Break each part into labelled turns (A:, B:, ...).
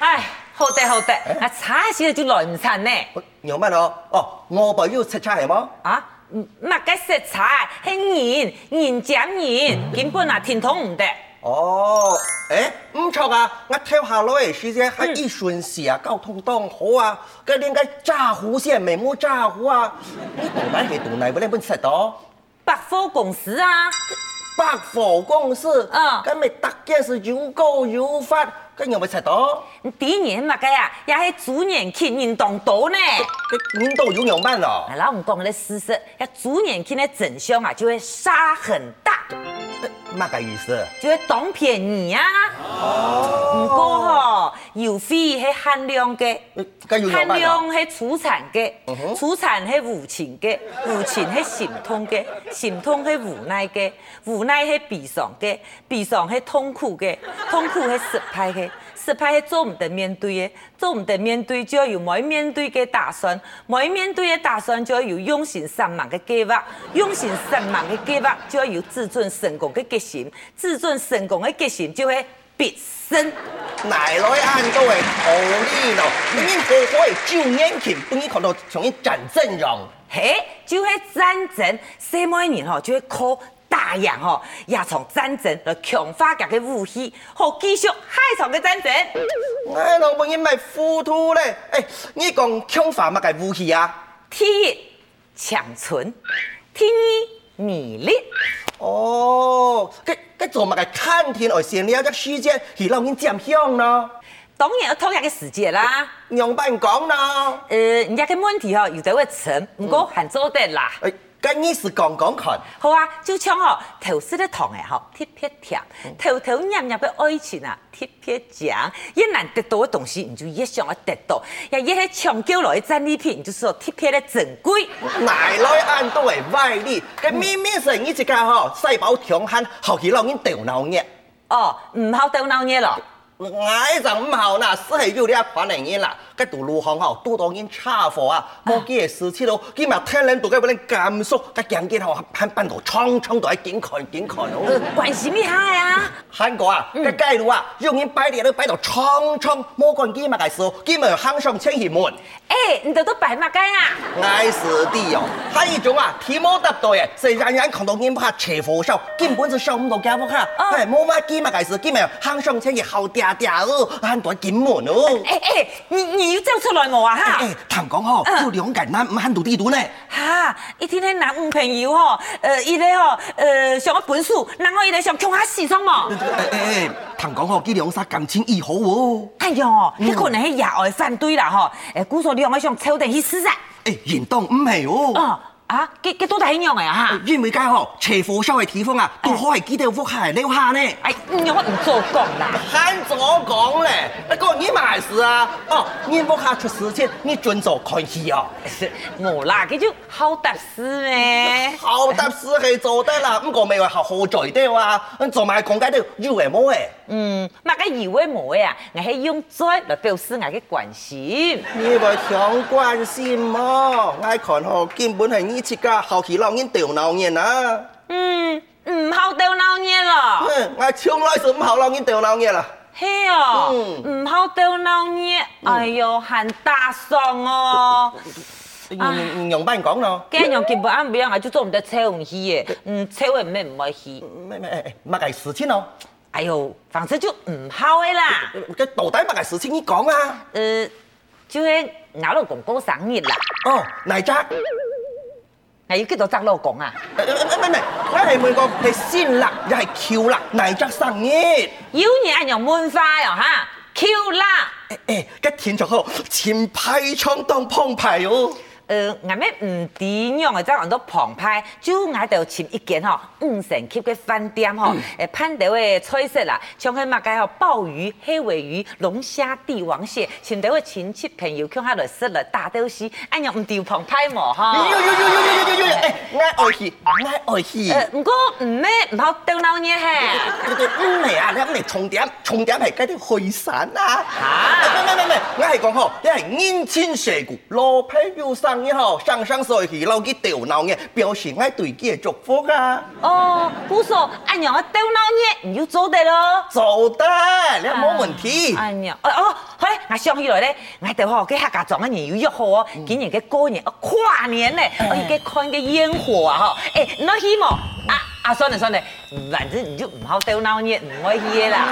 A: 哎好得，啊，差些就來唔成呢。
B: 有乜咯？哦，我朋友出差係冇？
A: 啊，乜嘅食材係人人斬人，根本啊聽通唔得。
B: 哦，誒唔錯啊！我跳下來嘅時間係一順時啊，交通當好啊，佢應該炸糊先，咪冇炸糊啊！你到底係到哪本本食到？
A: 百貨公司啊，
B: 百貨公司，
A: 嗯
B: 咁咪特嘅是有高有發，咁又咪食到？
A: 第年乜嘅啊，也係主人見人當道呢。
B: 佢面都有樣乜咯？
A: 啊，老唔講嘅事實，要主人見嘅真相啊，就會殺很大，
B: 乜嘅意思？
A: 就會當便宜啊。哦，唔過吼，郵費係限量嘅。
B: 佢有樣啊
A: 限
B: 乜咯？
A: 量係儲產嘅，儲產係無情嘅，無情係心痛嘅，心痛係無奈嘅，無奈係悲傷嘅，悲傷係痛苦嘅，痛苦係失敗嘅，失敗係做唔得面對嘅，做唔得面對就要有每面對嘅打算，每面對嘅打算就要有用心散漫嘅計劃，用心散漫嘅計劃就要有自尊成功嘅決心，自尊成功嘅決心就會必勝。
B: 奶奶按都係好呢咯，你應該可以照眼前，不應看到從一展陣容。
A: 嘿，就喺戰爭，四每年吼就會靠大洋吼，也從戰爭來強化佢嘅武器，好繼續海上嘅戰爭。
B: 我老本應咪糊塗咧，誒，你講強化乜嘅武器啊？
A: 第一，搶存；第二，米粒。
B: 哦，佢佢做乜嘅看天而先了一時間，係讓人佔香咯，
A: 當然要同一個世界啦。
B: 樣板講咯，
A: 呃，人家嘅問題吼有在會沉，唔過還做得啦。
B: 誒，跟你是講講看，
A: 好啊，就像吼頭先的糖誒吼，特別甜，頭頭入入嘅愛情啊，特別正。越難得到嘅東西，你就越想要得到；也越係搶救來嘅戰利品，你就說特別的珍貴。
B: 奶奶按都係歪理，佢明明是你一家吼細胞強悍，後期讓人掉腦熱。
A: 哦，唔好鬥鬧熱咯。
B: 挨上唔好啦，是係有啲款嚟嘢啦，佢道路行吼，多當然差貨啊，冇幾嘅事情咯，佢嘛聽人到佢俾人監縮，佢見見吼，喺半度衝衝啊到喺哎警看警看
A: 呃
B: 哦。，
A: 關心一下啊。
B: 韓國啊，佢街路啊，用人擺啲都擺到衝衝，冇管佢嘛嘅事，佢咪行上千禧門，
A: 誒，你到都白乜雞啊？
B: 挨死啲哦。還有一種啊，天冇答對嘅，是人人看到人怕邪火燒，根本就上唔到家屋啊，
A: 哦
B: 係冇乜佢嘛嘅事，佢咪行上千禧後嗲嗲哦，喺度警門哦。
A: 誒誒，你你要走出來冇啊？哈
B: 哎，坦講吼，
A: 嗯
B: 有兩個人唔肯到地度咧。
A: 哈，一天天男女朋友吼，呃，伊咧吼，呃，上個本事，然後伊咧上強下市場冇。
B: 哎哎，坦講吼，佢兩煞感情意好喎。
A: 哎呦，你可能係野外反對啦吼，誒，古時候你用嗰種抽定去死啊！
B: 哎，現當唔係哦。
A: 哦，啊，佢佢都係一樣嘅啊！
B: 因為家吼，邪火燒嘅地方啊，都可係幾條福下留下呢。
A: 哎，唔用我唔做講啦，
B: 喊咗講咧，你講你咩事啊？哦，你福下出事情，你盡做看戲哦。
A: 冇啦，佢就好特事咩？
B: 好得事係做得啦，唔過咪話好好在啲啊，做埋講解都有嘅冇嘅。
A: 嗯，乜嘅以為冇嘅啊，我係用嘴來表示我嘅關啊心。
B: 你咪強關心哦，我看吼根本係你自家後期讓人掉腦眼啊！
A: 嗯，唔好鬥鬧熱咯，
B: 嗯，我從來是唔好讓人掉腦眼啦。
A: 嘿哦，
B: 嗯
A: 唔好鬥鬧熱，哎呦，很大爽哦。
B: 用用班講咯，
A: 今日根本啱唔啱，啊我就做唔得抽唔起嘅，嗯，抽嘅咩唔愛去。
B: 咩咩乜嘅事情咯？
A: 哎呦，反正就唔好的啦。
B: 佢到底乜嘅事情你講啊？
A: 呃，就係我老公過生日啦，
B: 哦，哪吒，
A: 我要叫到侄老公啊。
B: 唔唔唔，我係每個係先啦，又係 Q 啦，哪吒生日。
A: 有人用文化哟哈，Q 啦。
B: 誒誒，佢天就好，前排唱當澎湃哦。
A: 呃，我咩唔知樣嘅，即係講到澎湃，就嗌到前一間吼五星級嘅飯店吼，呃誒盼到嘅菜式啦，像佢乜嘅吼鮑魚、黑鮪魚、龍蝦、帝王蟹，前到嘅親戚朋友叫下來食來打到死，哎呀唔掉澎湃冇
B: 呦
A: 哈。
B: 呦呦呦呦呦呦呦！哎，愛去，愛愛去。
A: 呃，唔過唔咩唔好掉鬧嘢嘿。
B: 佢哋唔嚟啊！你唔嚟重點，重點係嗰啲去散啊！嚇！唔係唔係唔係，我係講吼，你係年輕社股，老朋友生意吼，上上所去撈去掉鬧嘅，表示我對佢嘅祝福啊！
A: 哦，姑嫂，俺娘我掉鬧嘢，你就做得咯。
B: 做得，你冇問
A: À.
B: 題。
A: 俺娘，哦哦，好咧，我想起來咧，我就好嘅客家莊嘅年要約好哦，今年嘅過年，哦跨年咧，我要看嘅煙火啊，吼，誒，那希望啊啊，算了算了，反正你就唔好掉鬧嘢，唔愛去啦。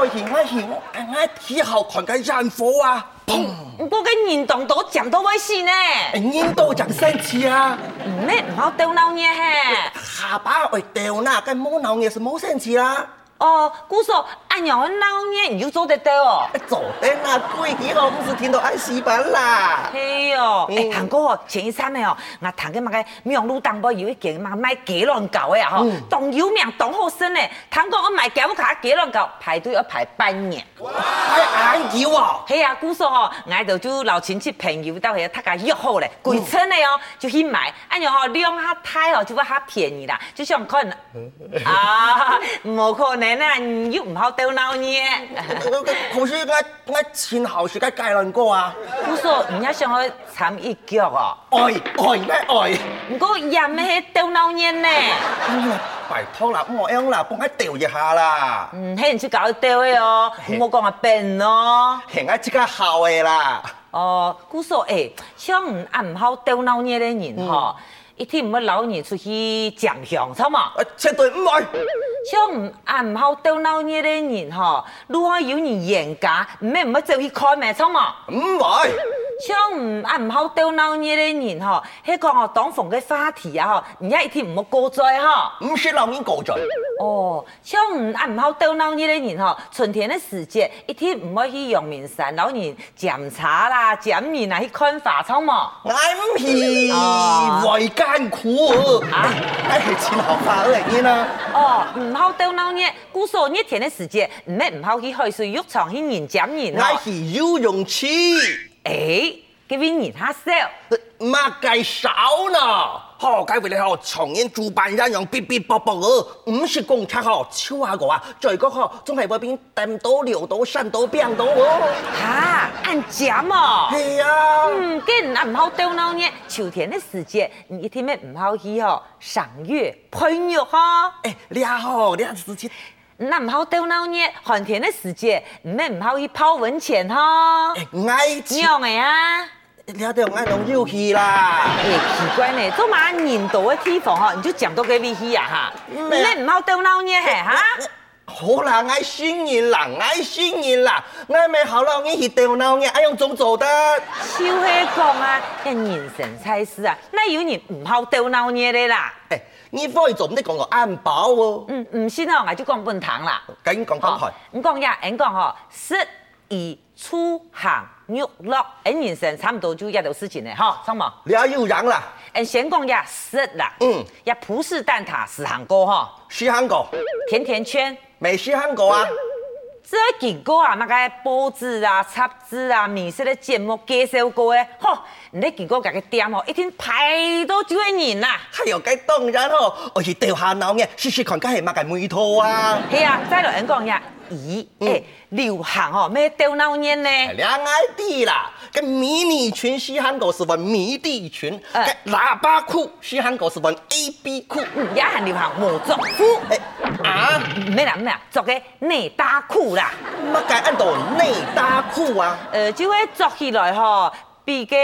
B: 我去我去，我以後看緊煙火啊！砰！
A: 不過嘅年當到佔到位先呢，
B: 煙都就生次啊！
A: 唔咩唔好掉鬧嘢嘿。
B: 下巴去掉啦，跟冇鬧嘢是冇生次啦。
A: 哦，姑嫂，俺娘我鬧嘢，你就做得到哦。
B: 做得啦，過幾好，不是聽到愛死板啦。
A: 嘿哦，
B: 嗯
A: 哎，韓國哦，前一餐的哦，我談嘅乜嘅苗路淡薄有一間嘛賣雞卵糕的啊吼，當有名當好生的，韓國我賣雞卵卡雞卵糕排隊要排半年。
B: 哎，眼球啊！
A: 嘿啊，姑嫂哦，我就就老親戚朋友到遐，他家約好咧，貴村的哦就去買，哎呦吼，量下太哦就要較便宜啦，就想看啊，冇可能啊，你又唔好丟鬧嘢。
B: 可是我我前後是個芥蘭哥啊，
A: 姑嫂，人家想去參一腳哦，
B: 愛愛咩愛？
A: 唔過也咩丟鬧嘢呢？
B: 拜託啦，唔好樣啦，幫我調一下啦，
A: 嗯，迄人去搞掉的哦，我讲啊笨咯。
B: 係我自己校嘅啦。
A: 哦，姑嫂诶，像唔啊唔好丢老年的人吼，一天唔要老年出去讲香，错嘛？
B: 啊，絕對唔愛。
A: 像唔啊唔好丢老年的人吼，如何有人严格，唔免唔要走去看咩，错嘛？
B: 唔愛，
A: 像唔啊唔好丢老年的人吼，迄个哦当逢嘅话题啊吼，人家一天唔要过载吼。
B: 唔是老人告罪。
A: 哦，像唔啊唔好到老年的人吼，春天的时节，一天唔要去阳明山老人检茶啦、检面啦去看花草嘛。
B: 我唔係為艱苦，
A: 啊
B: 我係前後校嚟嘅啦。
A: 哦，唔好到老年，古说热天的时节，唔咩唔好去海水浴场去人检面
B: 我
A: 咯。
B: 係有勇氣，
A: 诶，嗰边人较少。
B: 唔係少呢。好，解為你好，重演主辦人用逼逼卜卜哦，唔是公差好，超下我啊，再講好，總係會變掂到、撩到、散到、病到哦。
A: 哈，按检哦。
B: 係啊，
A: 嗯，跟人啊唔好到老年，秋天的时节，你一天咩唔好去哦，赏月、配玉哈。
B: 誒，你好，你自己，
A: 那唔好丢脑捏，寒天的时节，唔咩唔好去泡温泉哈。
B: 愛情，
A: 娘的啊，
B: 你都愛弄遊戲啦。
A: 哎，奇怪呢，做嘛人多的地方哈，你就讲到个位去啊哈，唔
B: 咩啊
A: 咩唔好丢脑捏嘿哈。
B: 好啦，愛新人啦，愛新人啦，愛咪好啦，你去掉鬧嘅，哎用總做得。
A: 小黑讲啊，人人生菜市啊，那有人唔好丢脑捏的啦。
B: 誒，你可以做唔得講個安保哦，
A: 嗯，唔信哦，我就讲本堂啦。
B: 緊講講開。
A: 唔讲呀，俺讲吼，食衣出行娱乐，俺人生差不多就一道事情呢哈，懂冇？
B: 你要有人啦，
A: 俺先讲呀食啦，
B: 嗯
A: 嗯，呀葡式蛋挞、四行糕哈，
B: 試下個。
A: 甜甜圈，
B: 未試香過啊！
A: 这几个啊，那个包子啊、叉子啊、面食的节目介绍过的，吼，你那几个家个店哦，一天排到几个人啦、啊。
B: 哎呦，該當然哦，我是掉下腦嘅，試試看，梗係乜嘅梅套啊！
A: 系啊，再来俺讲呀，咦，
B: 嗯哎
A: 诶、流行哦，咩丢闹烟呢？
B: 兩矮啲啦，個迷你裙試香過是份迷你裙，個
A: 哎
B: 喇叭褲試香過是份 A B 褲。
A: 嗯，也很流行无作裤，
B: 哎啊，
A: 咩啦咩啦，做个内搭裤啦，
B: 乜嘅按到內搭褲啊？
A: 呃，就会做起来吼、比个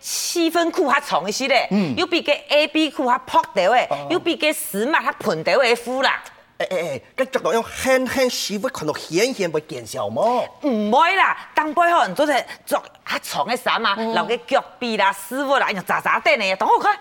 A: 七分裤较长一些嘞，
B: 嗯
A: 又比个 A B 裤较破掉诶，
B: 哦
A: 又比个丝袜较蓬掉诶裤啦，
B: 哎哎哎，跟着那樣輕輕是會看到顯顯會見效麼？
A: 唔会啦，当背后人做只做较长诶衫啊，
B: 嗯
A: 留个脚臂啦、丝袜啦，又扎扎地呢，等我看，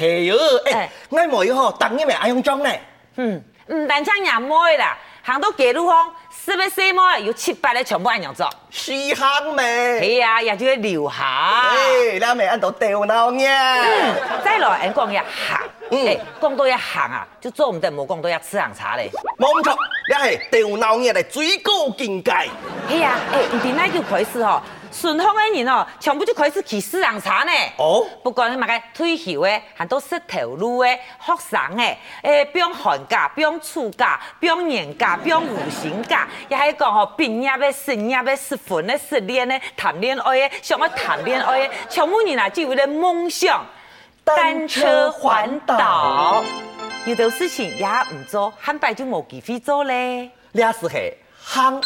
B: 嘿呦，哎
A: 哎，
B: 我妹吼，等你咪阿用裝呢？
A: 嗯，唔但像人妹啦，行到街路方，是不是妹啊有七八个全部按样做，
B: 試香咪？
A: 哎呀，也就会流行。
B: 哎，你咪按到掉腦嘅。
A: 再来，俺讲一行，
B: 嗯
A: 哎，讲到一行啊，就做唔得，冇讲到一吃行茶嘞。
B: 冇錯，你係掉鬧嘢嚟最高境界。
A: 哎呀，哎，唔定那就开始吼，顺风的人哦，全部就开始去市场查呢。
B: 哦
A: 不管是嘛个退休的，很多石头路的、学生的，诶，不用寒假，不用暑假，不用年假，不用无薪假，也系讲吼毕业的、失业的、失婚的、失恋的、谈恋爱的，想要谈恋爱的，全部人啊，只为了梦想。
B: 单车环岛，
A: 有啲事情也唔做，很快就冇机会做咧。
B: 俩是系夯，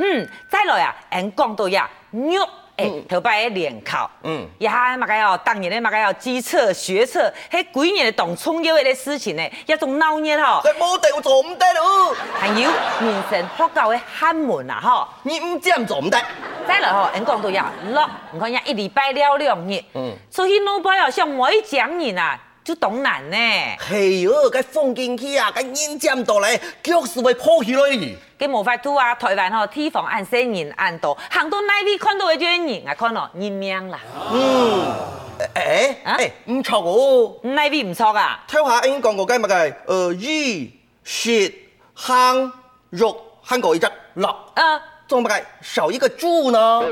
A: 嗯，再來啊，俺講到呀，肉。誒，頭擺嘅聯考，
B: 嗯
A: 嗯，也係嘛個哦，當年咧嘛個哦，基測、學測，迄幾年嘅當重要嘅事情咧，一種鬧熱吼，
B: 佢冇哎地我做唔得咯，
A: 還有人生學教嘅漢文啊吼。
B: 你唔尖做唔得，
A: 再來吼，俺講到呀，落，你看呀，一禮拜了兩日，
B: 嗯
A: 嗯，所以老闆哦，像我一講人啊，就懂難呢，
B: 係哦，佢放進去啊，佢硬尖到嚟，腳是會破起嚟。
A: 佢無法度啊，台灣吼，地方按些人按到，行到哪裡看到嘅就係人啊，看哦，人命啦，
B: 誒
A: 啊
B: 誒，唔錯喎。
A: 哪裡唔錯啊？
B: 睇下啱講過嘅咪嘅，誒魚、血、夯、肉、夯過一隻落，
A: 呃。
B: 仲咪嘅少一個豬呢？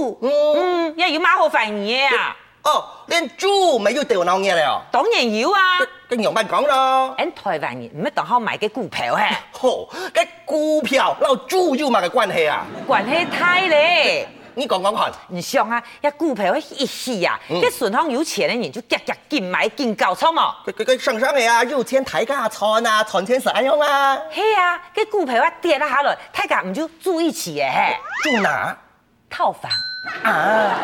A: 住，
B: 嗯
A: 嗯，要有马好反嘢啊，
B: 哦，連豬咪要掉鬧嘢了，
A: 當然有啊。
B: 跟楊斌講啦。
A: 俺台灣人唔要當好買嘅股票啊嘿，
B: 吼，嘅股票撈豬有嘛嘅關係啊？
A: 關係太咧。
B: 你講講看，
A: 你想啊，一股票一起啊，
B: 嗯
A: 啲順康有錢嘅人就夾夾勁買勁搞錯嘛。
B: 佢佢佢上上嚟啊，有錢睇價錢啊，存錢使用啊，
A: 嘿啊，啲股票一跌咗下來，大家唔就住一起嘅嘿，
B: 住哪
A: 套房。
B: 啊？